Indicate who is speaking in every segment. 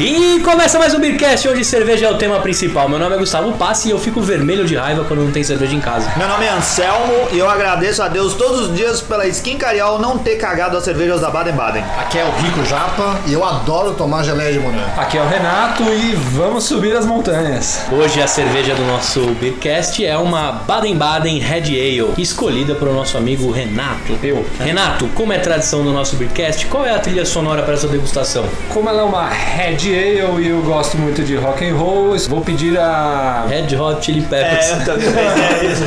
Speaker 1: E começa mais um Beercast, hoje cerveja é o tema principal. Meu nome é Gustavo Passe e eu fico vermelho de raiva quando não tem cerveja em casa.
Speaker 2: Meu nome é Anselmo e eu agradeço a Deus todos os dias pela Skin Carial não ter cagado as cervejas da Baden-Baden.
Speaker 3: Aqui é o Rico Japa e eu adoro tomar geleia de morango.
Speaker 4: Aqui é o Renato e vamos subir as montanhas.
Speaker 1: Hoje a cerveja do nosso Beercast é uma Baden-Baden Red Ale, escolhida pelo nosso amigo Renato.
Speaker 4: Eu.
Speaker 1: Renato, como é tradição do nosso Beercast, qual é a trilha sonora para essa degustação?
Speaker 4: Como ela é uma Red Ale e eu gosto muito de rock and roll, vou pedir a
Speaker 1: Red Hot Chili Peppers.
Speaker 2: também, é isso.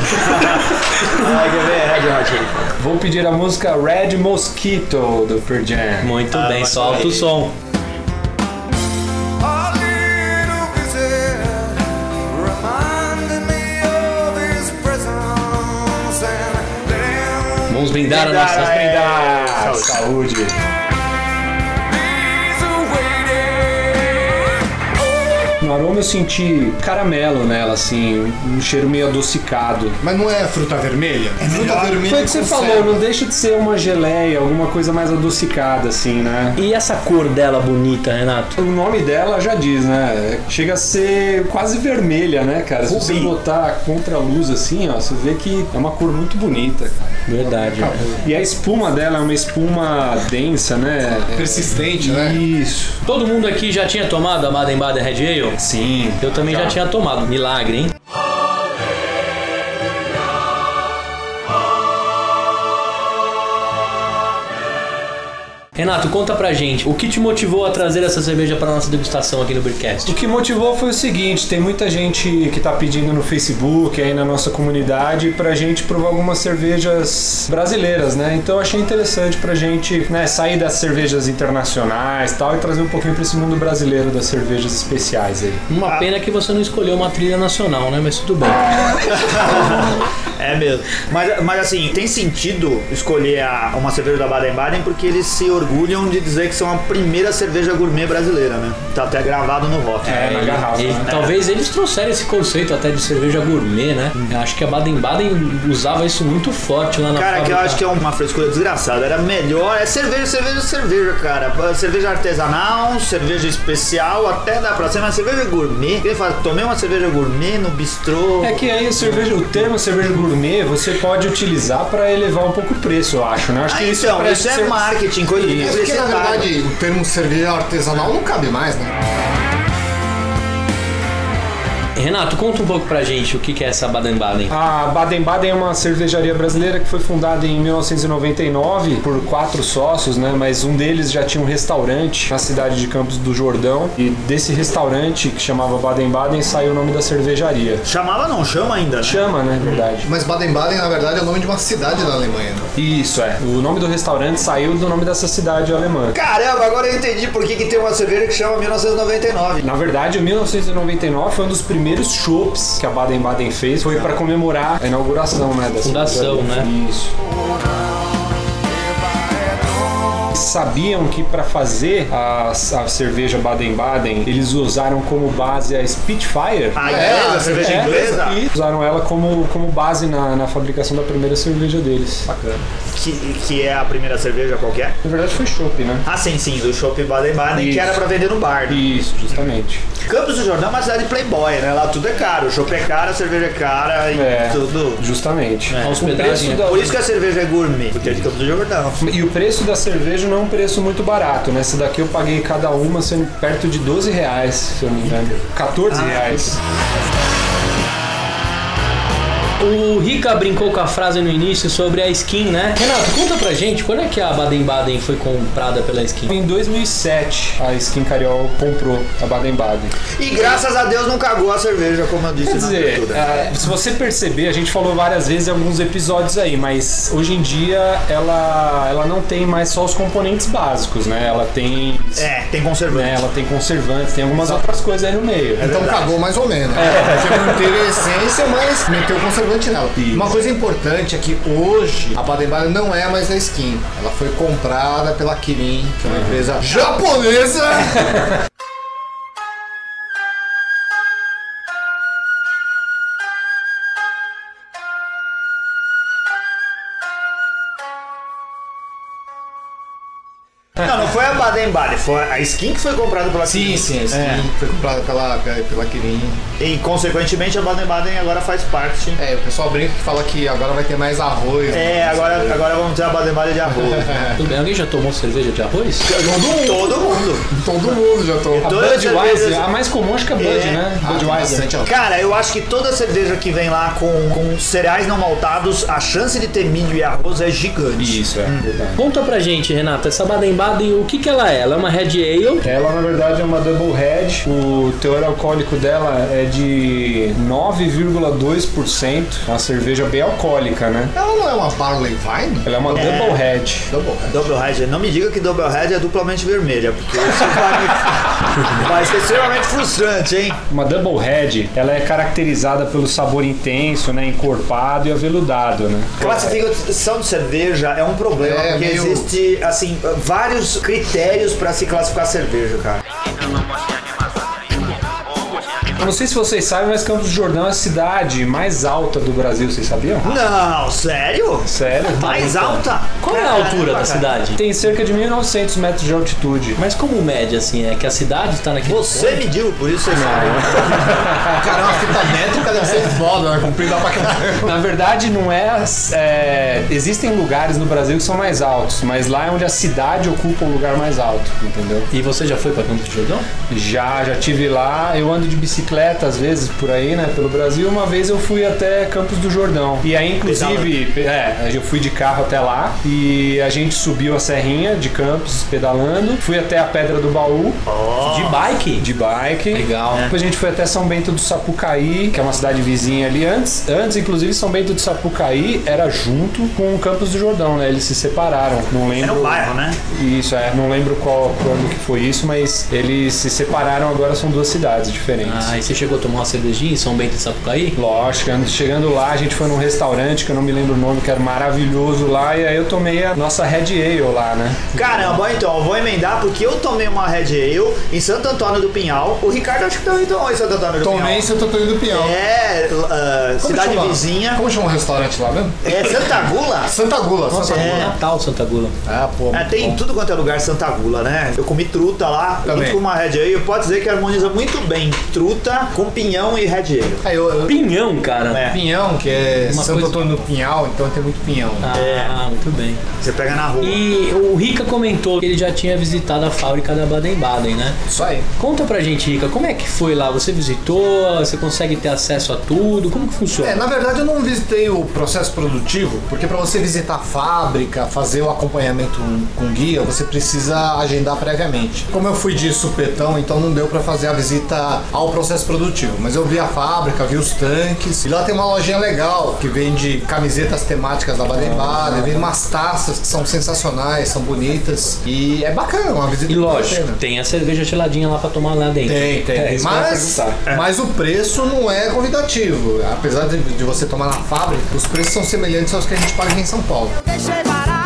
Speaker 2: Ai, quer ver? Red Hot Chili.
Speaker 4: vou pedir a música Red Mosquito do Pearl Jam.
Speaker 1: Muito
Speaker 2: Ah,
Speaker 1: bem,
Speaker 2: mas
Speaker 1: solta o
Speaker 2: aí.
Speaker 1: som.
Speaker 5: A little visit reminded me of his presence and then
Speaker 1: Vamos brindar a nossa.
Speaker 4: Brindar! Saúde.
Speaker 5: he's awaiting.
Speaker 4: No aroma eu senti caramelo nela, assim, um cheiro meio adocicado.
Speaker 3: Mas não é fruta vermelha? É fruta vermelha.
Speaker 4: Foi o que você
Speaker 3: com
Speaker 4: falou,
Speaker 3: cérebro.
Speaker 4: não deixa de ser uma geleia, alguma coisa mais adocicada, assim, né?
Speaker 1: E essa cor dela bonita, Renato?
Speaker 4: O nome dela já diz, né? Chega a ser quase vermelha, né, cara? Se você
Speaker 2: Rubi.
Speaker 4: botar contra a luz assim, ó, você vê que é uma cor muito bonita. cara.
Speaker 1: Verdade. né?
Speaker 4: E a espuma dela é uma espuma densa, né?
Speaker 3: Persistente,
Speaker 4: É-
Speaker 3: né?
Speaker 4: Isso.
Speaker 1: Todo mundo aqui já tinha tomado a Baden-Baden Red Ale?
Speaker 4: Sim.
Speaker 1: Eu também já tinha tomado. Milagre, hein? Renato, conta pra gente, o que te motivou a trazer essa cerveja pra nossa degustação aqui no
Speaker 4: O
Speaker 1: Beercast?
Speaker 4: que motivou foi o seguinte: tem muita gente que tá pedindo no Facebook, aí na nossa comunidade, pra gente provar algumas cervejas brasileiras, né? Então eu achei interessante pra gente né, sair das cervejas internacionais e tal e trazer um pouquinho pra esse mundo brasileiro das cervejas especiais aí.
Speaker 1: Uma
Speaker 2: Ah.
Speaker 1: pena que você não escolheu uma trilha nacional, né? Mas tudo bem.
Speaker 2: É mesmo. Mas, mas assim, tem sentido escolher a- uma cerveja da Baden-Baden porque eles se orgulham de dizer que são a primeira cerveja gourmet brasileira, né? Tá até gravado no rock.
Speaker 4: É, na garrafa.
Speaker 1: E
Speaker 4: né?
Speaker 1: talvez eles trouxeram esse conceito até de cerveja gourmet, né? Acho que a Baden-Baden usava isso muito forte lá na
Speaker 2: Cara, que eu
Speaker 4: Tá.
Speaker 2: acho que é uma frescura desgraçada. Era melhor. É cerveja, cerveja, cerveja, cara. Cerveja artesanal, cerveja especial, até dá pra ser, mas cerveja gourmet. Ele fala, tomei uma cerveja gourmet no bistrô.
Speaker 4: É que aí o, cerveja, o termo cerveja gourmet você pode utilizar para elevar um pouco o preço, eu acho, né? Eu Acho
Speaker 2: Ah,
Speaker 4: que isso
Speaker 2: então,
Speaker 4: parece
Speaker 2: isso é
Speaker 4: ser-
Speaker 2: marketing, coisa de
Speaker 3: É porque, na
Speaker 2: publicidade.
Speaker 3: verdade, o termo cerveja artesanal não cabe mais, né?
Speaker 1: Renato, conta um pouco pra gente o que que é essa Baden-Baden.
Speaker 4: A Baden-Baden é uma cervejaria brasileira que foi fundada em 1999 por quatro sócios, né? Mas um deles já tinha um restaurante na cidade de Campos do Jordão. E desse restaurante, que chamava Baden-Baden, saiu o nome da cervejaria.
Speaker 2: Chamava não, chama ainda. né?
Speaker 4: Chama, né? Verdade.
Speaker 3: Mas Baden-Baden, na verdade, é o nome de uma cidade da Alemanha. Né?
Speaker 4: Isso, é. O nome do restaurante saiu do nome dessa cidade alemã.
Speaker 2: Caramba, agora eu entendi por que, que tem uma cerveja que chama 1999.
Speaker 4: Na verdade, o 1999 foi um dos primeiros chopps que a Baden-Baden fez. Foi para comemorar a inauguração, né? Da
Speaker 1: Fundação, né?
Speaker 4: Isso. Sabiam que para fazer a, a cerveja Baden-Baden, eles usaram como base a Spitfire?
Speaker 2: A
Speaker 3: É,
Speaker 2: inglesa,
Speaker 3: a
Speaker 2: cerveja
Speaker 4: É,
Speaker 2: Ah, inglesa?
Speaker 4: E usaram ela como, como base na, na fabricação da primeira cerveja deles. Bacana.
Speaker 2: Que, que é a primeira cerveja qualquer?
Speaker 4: Na verdade foi chopp, né?
Speaker 2: Ah, sim, sim, do Shopping Baden-Baden, que
Speaker 4: Isso.
Speaker 2: era pra vender no bar. né?
Speaker 4: Isso, justamente.
Speaker 2: Campos do Jordão é uma cidade playboy, né? Lá tudo é caro. O chopp é caro, a cerveja é cara e
Speaker 4: É.
Speaker 2: tudo.
Speaker 4: Justamente.
Speaker 1: A
Speaker 4: O preço
Speaker 1: É. hospedagem. né?
Speaker 4: da-
Speaker 2: Por isso que a cerveja é gourmet, porque é de Campos do Jordão.
Speaker 4: E o preço da cerveja não é um preço muito barato, né? Essa daqui eu paguei cada uma sendo perto de 12 reais, se eu não me engano. 14 reais.
Speaker 1: O Rica brincou com a frase no início sobre a skin, né? Renato, conta pra gente, quando é que a Baden-Baden foi comprada pela skin?
Speaker 4: Em 2007, a Skin Cariol comprou a Baden-Baden.
Speaker 2: E graças a Deus não cagou a cerveja, como eu disse
Speaker 4: Quer
Speaker 2: na
Speaker 4: dizer,
Speaker 2: abertura.
Speaker 4: ah, se você perceber, a gente falou várias vezes em alguns episódios aí, mas hoje em dia ela, ela não tem mais só os componentes básicos, né? Ela tem,
Speaker 2: É, tem conservante.
Speaker 4: né, ela tem conservantes, tem algumas outras coisas aí no meio.
Speaker 3: Então cagou mais ou menos. Você manteve a essência, mas meteu conservante nela. Uma coisa importante é que hoje a Baden-Baden não é mais a skin. Ela foi comprada pela Kirin, que é uma empresa japonesa.
Speaker 2: Não, não foi a Baden Baden, foi a skin que foi comprada pela
Speaker 3: Sim, sim, a skin
Speaker 2: É.
Speaker 3: foi comprada pela, pela Kirin.
Speaker 2: E consequentemente a Baden Baden agora faz parte.
Speaker 3: É, o pessoal brinca que fala que agora vai ter mais arroz.
Speaker 2: É, agora, agora vamos ter a Baden Baden de arroz. né?
Speaker 1: É, Tudo bem, alguém já tomou cerveja de arroz?
Speaker 2: Todo mundo.
Speaker 3: Todo mundo já tomou.
Speaker 2: Eu tô- Todas as
Speaker 4: Budweiser,
Speaker 2: cervejas-
Speaker 4: a mais comum acho que é Bud,
Speaker 2: É.
Speaker 4: né?
Speaker 3: Ah, tem
Speaker 4: Budweiser.
Speaker 3: bastante arroz.
Speaker 2: Cara, eu acho que toda cerveja que vem lá com, com cereais não maltados, a chance de ter milho e arroz é gigante.
Speaker 4: Isso, é verdade.
Speaker 1: Conta pra gente, Renata, essa Baden Baden, o que que ela é? Ela é uma Red Ale?
Speaker 4: Ela, na verdade, é uma double head. O teor alcoólico dela é de 9,2%. É uma cerveja bem alcoólica, né?
Speaker 3: Ela não é uma Barley Vine?
Speaker 4: Ela é uma
Speaker 2: É.
Speaker 4: double head.
Speaker 3: Double Red.
Speaker 2: Double Red, não me diga que Double Red é duplamente vermelha, porque isso vai, me- vai ser extremamente frustrante, hein?
Speaker 4: Uma double head, ela é caracterizada pelo sabor intenso, né? Encorpado e aveludado, né?
Speaker 2: Classificação de cerveja é um problema,
Speaker 3: É,
Speaker 2: porque
Speaker 3: meio-
Speaker 2: existe, assim, vários critérios pra se classificar cerveja, cara.
Speaker 4: Eu não sei se vocês sabem, mas Campos do Jordão é a cidade mais alta do Brasil, vocês sabiam?
Speaker 2: Não, sério?
Speaker 4: Sério?
Speaker 2: Mais alta?
Speaker 1: Qual é a altura da
Speaker 2: Caramba, cara.
Speaker 1: cidade?
Speaker 4: Tem cerca de 1.900 metros de altitude.
Speaker 1: Mas como mede, assim, é que a cidade tá naquele...
Speaker 2: Você mediu, por isso você sabe.
Speaker 3: Caramba, a fita métrica deve ser foda, né? Comprida pra caramba.
Speaker 4: Na verdade, não é, é, Existem lugares no Brasil que são mais altos, mas lá é onde a cidade ocupa o lugar mais alto, entendeu?
Speaker 1: E você já foi pra Campo de Jordão?
Speaker 4: Já, já tive lá. Eu ando de bicicleta às vezes por aí, né, pelo Brasil. Uma vez eu fui até Campos do Jordão. E aí, inclusive, pe- é, eu fui de carro até lá e a gente subiu a serrinha de Campos pedalando. Fui até a Pedra do Baú
Speaker 1: De bike?
Speaker 4: de bike.
Speaker 1: Legal.
Speaker 4: Depois a gente foi até São Bento do Sapucaí, que é uma cidade vizinha ali. Antes, antes inclusive, São Bento do Sapucaí era junto com o Campos do Jordão, né? Eles se separaram. Não lembro.
Speaker 2: Era um bairro, né?
Speaker 4: Isso, é. Não lembro qual quando que foi isso, mas eles se separaram. Agora são duas cidades diferentes.
Speaker 1: Ah, é. e você chegou a tomar uma cervejinha em São Bento de Sapucaí?
Speaker 4: Lógico, antes- chegando lá, a gente foi num restaurante que eu não me lembro o nome, que era maravilhoso lá, e aí eu tomei a nossa Red Ale lá, né?
Speaker 2: Caramba, então, eu vou emendar porque eu tomei uma Red Ale em Santo Antônio do Pinhal. O Ricardo acho que também tomou em Santo Antônio do
Speaker 3: Tomei
Speaker 2: Pinhal.
Speaker 3: seu Totônio do Pinhão.
Speaker 2: É, ah,
Speaker 3: Como
Speaker 2: cidade
Speaker 3: chama?
Speaker 2: vizinha.
Speaker 3: Como chama o restaurante lá mesmo?
Speaker 2: É Santa Gula?
Speaker 3: Santa Gula.
Speaker 1: Nossa,
Speaker 3: Santa
Speaker 1: é.
Speaker 2: é.
Speaker 1: Natal, Santa Gula.
Speaker 3: Ah, pô.
Speaker 2: É,
Speaker 3: muito
Speaker 2: tem em
Speaker 3: bom.
Speaker 2: tudo quanto é lugar Santa Gula, né? Eu comi truta lá,
Speaker 3: Também.
Speaker 2: junto com uma Red Ale. Eu posso dizer que harmoniza muito bem truta com pinhão e Red Ale.
Speaker 3: Aí, eu, eu-
Speaker 1: Pinhão, cara.
Speaker 2: É.
Speaker 3: Pinhão, que é
Speaker 1: Uma
Speaker 3: Santo
Speaker 1: coisa-
Speaker 3: Antônio do Pinhal, então tem muito pinhão.
Speaker 1: Ah, muito bem.
Speaker 2: Você pega na rua.
Speaker 1: E o Rica comentou que ele já tinha visitado a fábrica da Baden Baden, né?
Speaker 3: Isso aí.
Speaker 1: Conta pra gente, Rica, como é que foi lá? Você visitou? Você consegue ter acesso a tudo? Como que funciona?
Speaker 3: É, na verdade eu não visitei o processo produtivo, porque para você visitar a fábrica, fazer o acompanhamento com guia, você precisa agendar previamente. Como eu fui de supetão, então não deu para fazer a visita ao processo produtivo, mas eu vi a fábrica, vi os tanques, e lá tem uma lojinha legal que vende camisetas temáticas da Baden Baden, vende umas taças que são sensacionais, são bonitas, e é bacana, uma visita
Speaker 1: E
Speaker 3: que vale a
Speaker 1: lógico,
Speaker 3: pena.
Speaker 1: tem a cerveja geladinha lá pra tomar lá dentro.
Speaker 3: Tem, tem.
Speaker 4: É, isso que eu ia
Speaker 3: mas,
Speaker 4: perguntar.
Speaker 3: mas o preço não é convidativo. Apesar de, de você tomar na fábrica, os preços são semelhantes aos que a gente paga aqui em São Paulo.
Speaker 5: Deixei barato.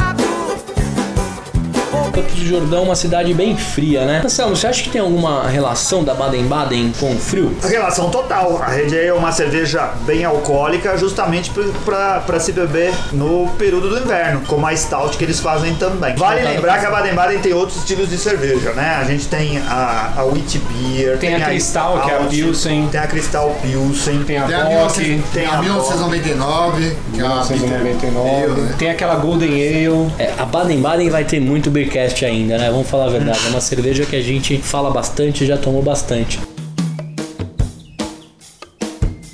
Speaker 1: Campos do Jordão é uma cidade bem fria, né? Marcelo, você acha que tem alguma relação da Baden-Baden com o frio?
Speaker 2: Relação total. A Red Ale é uma cerveja bem alcoólica, justamente para se beber no período do inverno, como a Stout que eles fazem também. Vale lembrar que a Baden-Baden tem outros estilos de cerveja, né? A gente tem a, a Wheat Beer,
Speaker 4: Tem a Cristal, que é a
Speaker 2: Stout,
Speaker 4: Pilsen.
Speaker 2: tem a Cristal Pilsen,
Speaker 4: Tem a
Speaker 3: Tem a,
Speaker 4: Bock,
Speaker 3: 1900
Speaker 2: tem
Speaker 3: tem a
Speaker 2: a
Speaker 3: 1999, que é uma Eu,
Speaker 4: 1999,
Speaker 3: né?
Speaker 4: tem aquela Golden Ale.
Speaker 1: É, a Baden-Baden vai ter muito beercast ainda, né? Vamos falar a verdade. É uma cerveja que a gente fala bastante, já tomou bastante.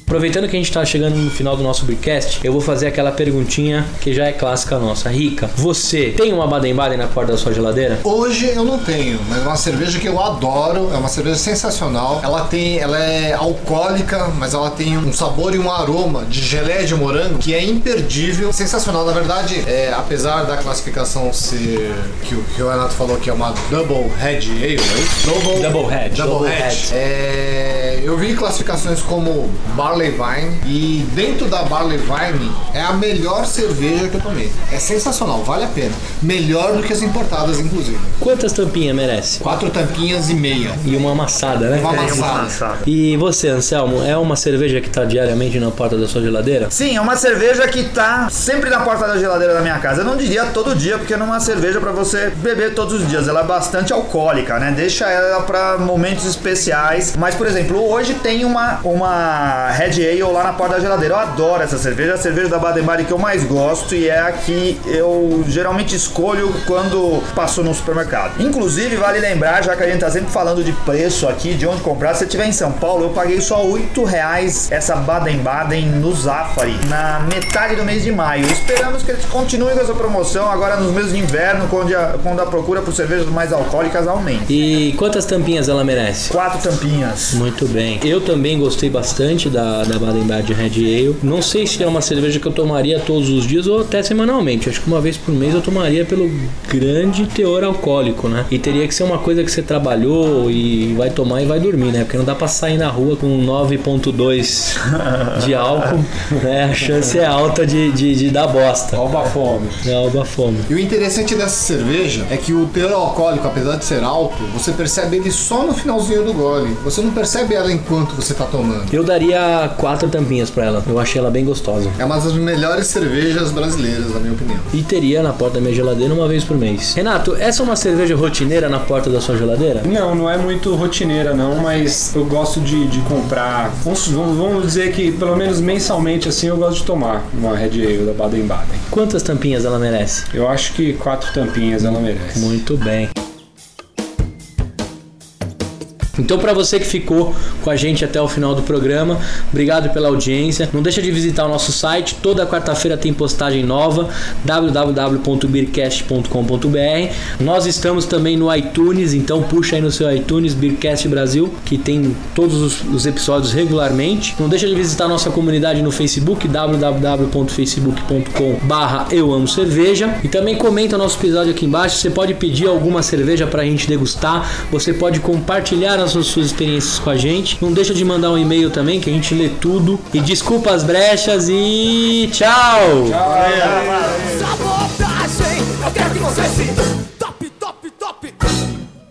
Speaker 1: Aproveitando que a gente tá chegando no final do nosso beercast, eu vou fazer aquela perguntinha que já é clássica nossa. Rica, você tem uma Baden-Baden na porta da sua geladeira?
Speaker 3: Hoje eu não tenho, mas é uma cerveja que eu adoro, é uma cerveja sensacional. Ela tem, ela é alcoólica, mas ela tem um sabor e um aroma de geleia de morango que é imperdível, sensacional. Na verdade, é, apesar da classificação ser que o, que o Renato falou que é uma double head ale, é isso? double
Speaker 1: Double head.
Speaker 3: double
Speaker 1: Double
Speaker 3: head.
Speaker 1: head.
Speaker 3: É, eu vi classificações como Barley Barley Vine. E dentro da Barley Vine é a melhor cerveja que eu tomei. É sensacional, vale a pena. Melhor do que as importadas, inclusive.
Speaker 1: Quantas tampinhas merece?
Speaker 3: Quatro tampinhas e meia.
Speaker 1: E uma amassada, né?
Speaker 3: Uma amassada.
Speaker 2: Amassada.
Speaker 1: E você, Anselmo, é uma cerveja que tá diariamente na porta da sua geladeira?
Speaker 2: Sim, é uma cerveja que tá sempre na porta da geladeira da minha casa. Eu não diria todo dia, porque não é uma cerveja pra você beber todos os dias. Ela é bastante alcoólica, né? Deixa ela pra momentos especiais. Mas, por exemplo, hoje tem uma, uma Red Ale lá na porta da geladeira. Eu adoro essa cerveja. É a cerveja da Baden Baden que eu mais gosto e é a que eu geralmente escolho quando passo no supermercado. Inclusive, vale lembrar, já que a gente tá sempre falando de preço aqui, de onde comprar. Se você estiver em São Paulo, eu paguei só R$ 8 reais essa Baden Baden no Zafari na metade do mês de maio. Esperamos que eles continuem com essa promoção agora nos meses de inverno, quando a, quando a procura por cervejas mais alcoólicas aumenta.
Speaker 1: E quantas tampinhas ela merece?
Speaker 2: Quatro tampinhas.
Speaker 1: Muito bem. Eu também gostei bastante da, da Baden-Baden Red Ale. Não sei se é uma cerveja que eu tomaria todos os dias ou até semanalmente. Acho que uma vez por mês eu tomaria pelo grande teor alcoólico, né? E teria que ser uma coisa que você trabalhou e vai tomar e vai dormir, né? Porque não dá pra sair na rua com 9.2 de álcool, né? A chance é alta de, de, de dar bosta.
Speaker 4: Alba fome.
Speaker 1: É alba fome.
Speaker 3: E o interessante dessa cerveja é que o teor alcoólico, apesar de ser alto, você percebe ele só no finalzinho do gole. Você não percebe ela enquanto você tá tomando.
Speaker 1: Eu daria quatro tampinhas pra ela. Eu achei ela bem gostosa.
Speaker 3: É uma das melhores cervejas brasileiras, na minha opinião.
Speaker 1: E teria na porta da minha geladeira uma vez por mês. Renato, essa é uma cerveja rotineira na porta da sua geladeira?
Speaker 4: Não, não é muito rotineira não, mas eu gosto de, de comprar. Vamos, vamos- vamos dizer que pelo menos mensalmente assim eu gosto de tomar uma Red Ale da Baden Baden.
Speaker 1: Quantas tampinhas ela merece?
Speaker 4: Eu acho que quatro tampinhas ela merece.
Speaker 1: Muito bem. Então, para você que ficou com a gente até o final do programa, obrigado pela audiência. Não deixa de visitar o nosso site. Toda quarta-feira tem postagem nova, www.beercast.com.br. Nós estamos também no iTunes, então puxa aí no seu iTunes Beercast Brasil, que tem todos os, os episódios regularmente. Não deixa de visitar a nossa comunidade no Facebook, www.facebook.com barra eu amo cerveja. E também comenta o nosso episódio aqui embaixo. Você pode pedir alguma cerveja pra gente degustar. Você pode compartilhar as suas experiências com a gente. Não deixa de mandar um e-mail também, que a gente lê tudo. E desculpa as brechas e tchau!
Speaker 5: sabotagem. Eu quero que você sinta.